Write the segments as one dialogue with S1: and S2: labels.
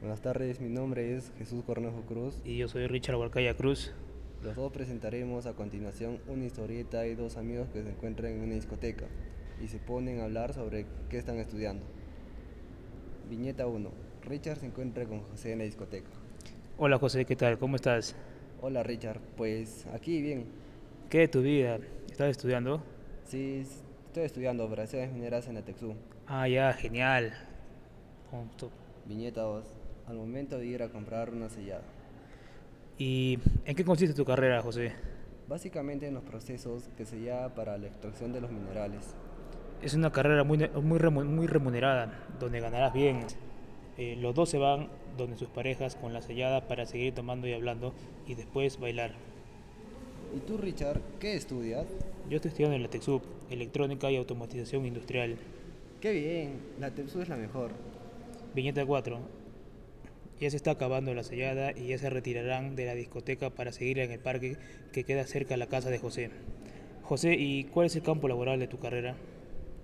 S1: Buenas tardes, mi nombre es Jesús Cornejo Cruz.
S2: Y yo soy Richard Huarcaya Cruz.
S1: Los dos presentaremos a continuación una historieta de dos amigos que se encuentran en una discoteca y se ponen a hablar sobre qué están estudiando. Viñeta 1. Richard se encuentra con José en la discoteca.
S2: Hola José, ¿qué tal? ¿Cómo estás?
S1: Hola Richard, pues aquí bien.
S2: ¿Qué de tu vida? ¿Estás estudiando?
S1: Sí, s- estoy estudiando operaciones mineras en la Texú.
S2: Ah, ya, genial. Justo.
S1: Viñeta 2. Al momento de ir a comprar una sellada.
S2: ¿Y en qué consiste tu carrera, José?
S1: Básicamente en los procesos que se lleva para la extracción de los minerales.
S2: Es una carrera muy, ne- muy, remu- muy remunerada, donde ganarás bien. Eh, los dos se van donde sus parejas con la sellada para seguir tomando y hablando y después bailar.
S1: ¿Y tú Richard, qué estudias?
S2: Yo estoy estudiando en la TECSUB, Electrónica y Automatización Industrial.
S1: Qué bien, la Texú es la mejor.
S2: Viñeta 4. Ya se está acabando la sellada y ya se retirarán de la discoteca para seguir en el parque que queda cerca de la casa de José. José, ¿y cuál es el campo laboral de tu carrera?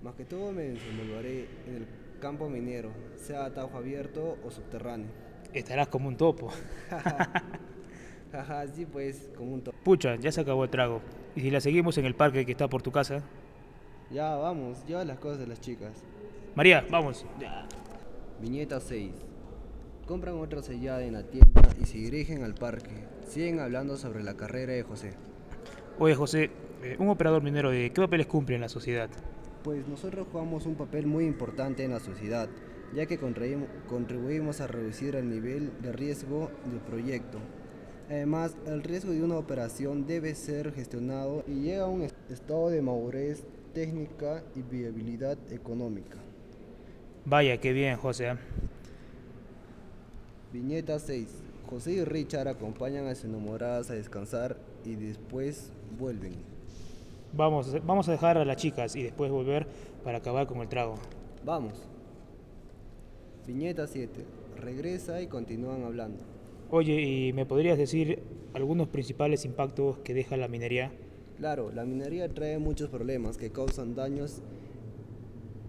S1: Más que todo me desenvolveré en el campo minero, sea atajo abierto o subterráneo.
S2: Estarás como un topo.
S1: Jaja, sí pues, como un to...
S2: Pucha, ya se acabó el trago. ¿Y si la seguimos en el parque que está por tu casa?
S1: Ya, vamos, lleva las cosas de las chicas.
S2: María, vamos.
S1: Viñeta 6. Compran otra sellada en la tienda y se dirigen al parque. Siguen hablando sobre la carrera de José.
S2: Oye, José, eh, un operador minero, de ¿qué papeles cumple en la sociedad?
S1: Pues nosotros jugamos un papel muy importante en la sociedad, ya que contraímo- contribuimos a reducir el nivel de riesgo del proyecto. Además, el riesgo de una operación debe ser gestionado y llega a un es- estado de madurez técnica y viabilidad económica.
S2: Vaya, qué bien, José. ¿eh?
S1: Viñeta 6. José y Richard acompañan a sus enamoradas a descansar y después vuelven.
S2: Vamos, vamos a dejar a las chicas y después volver para acabar con el trago.
S1: Vamos. Viñeta 7. Regresa y continúan hablando.
S2: Oye, ¿y me podrías decir algunos principales impactos que deja la minería?
S1: Claro, la minería trae muchos problemas que causan daños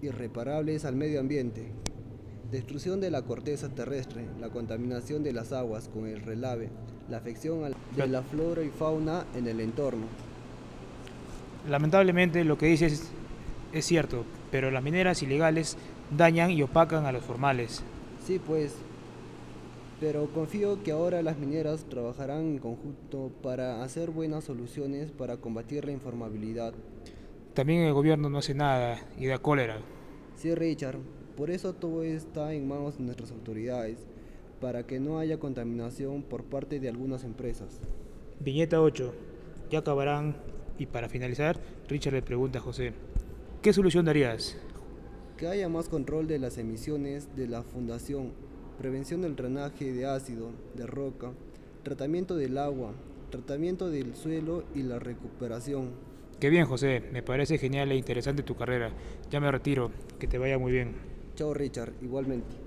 S1: irreparables al medio ambiente. Destrucción de la corteza terrestre, la contaminación de las aguas con el relave, la afección a la- de la flora y fauna en el entorno.
S2: Lamentablemente lo que dices es, es cierto, pero las mineras ilegales dañan y opacan a los formales.
S1: Sí, pues, pero confío que ahora las mineras trabajarán en conjunto para hacer buenas soluciones para combatir la informabilidad.
S2: También el gobierno no hace nada y da cólera.
S1: Sí, Richard, por eso todo está en manos de nuestras autoridades, para que no haya contaminación por parte de algunas empresas.
S2: Viñeta 8. Ya acabarán. Y para finalizar, Richard le pregunta a José, ¿qué solución darías?
S1: Que haya más control de las emisiones de la fundación, prevención del drenaje de ácido, de roca, tratamiento del agua, tratamiento del suelo y la recuperación.
S2: Qué bien, José, me parece genial e interesante tu carrera. Ya me retiro, que te vaya muy bien.
S1: Chao, Richard, igualmente.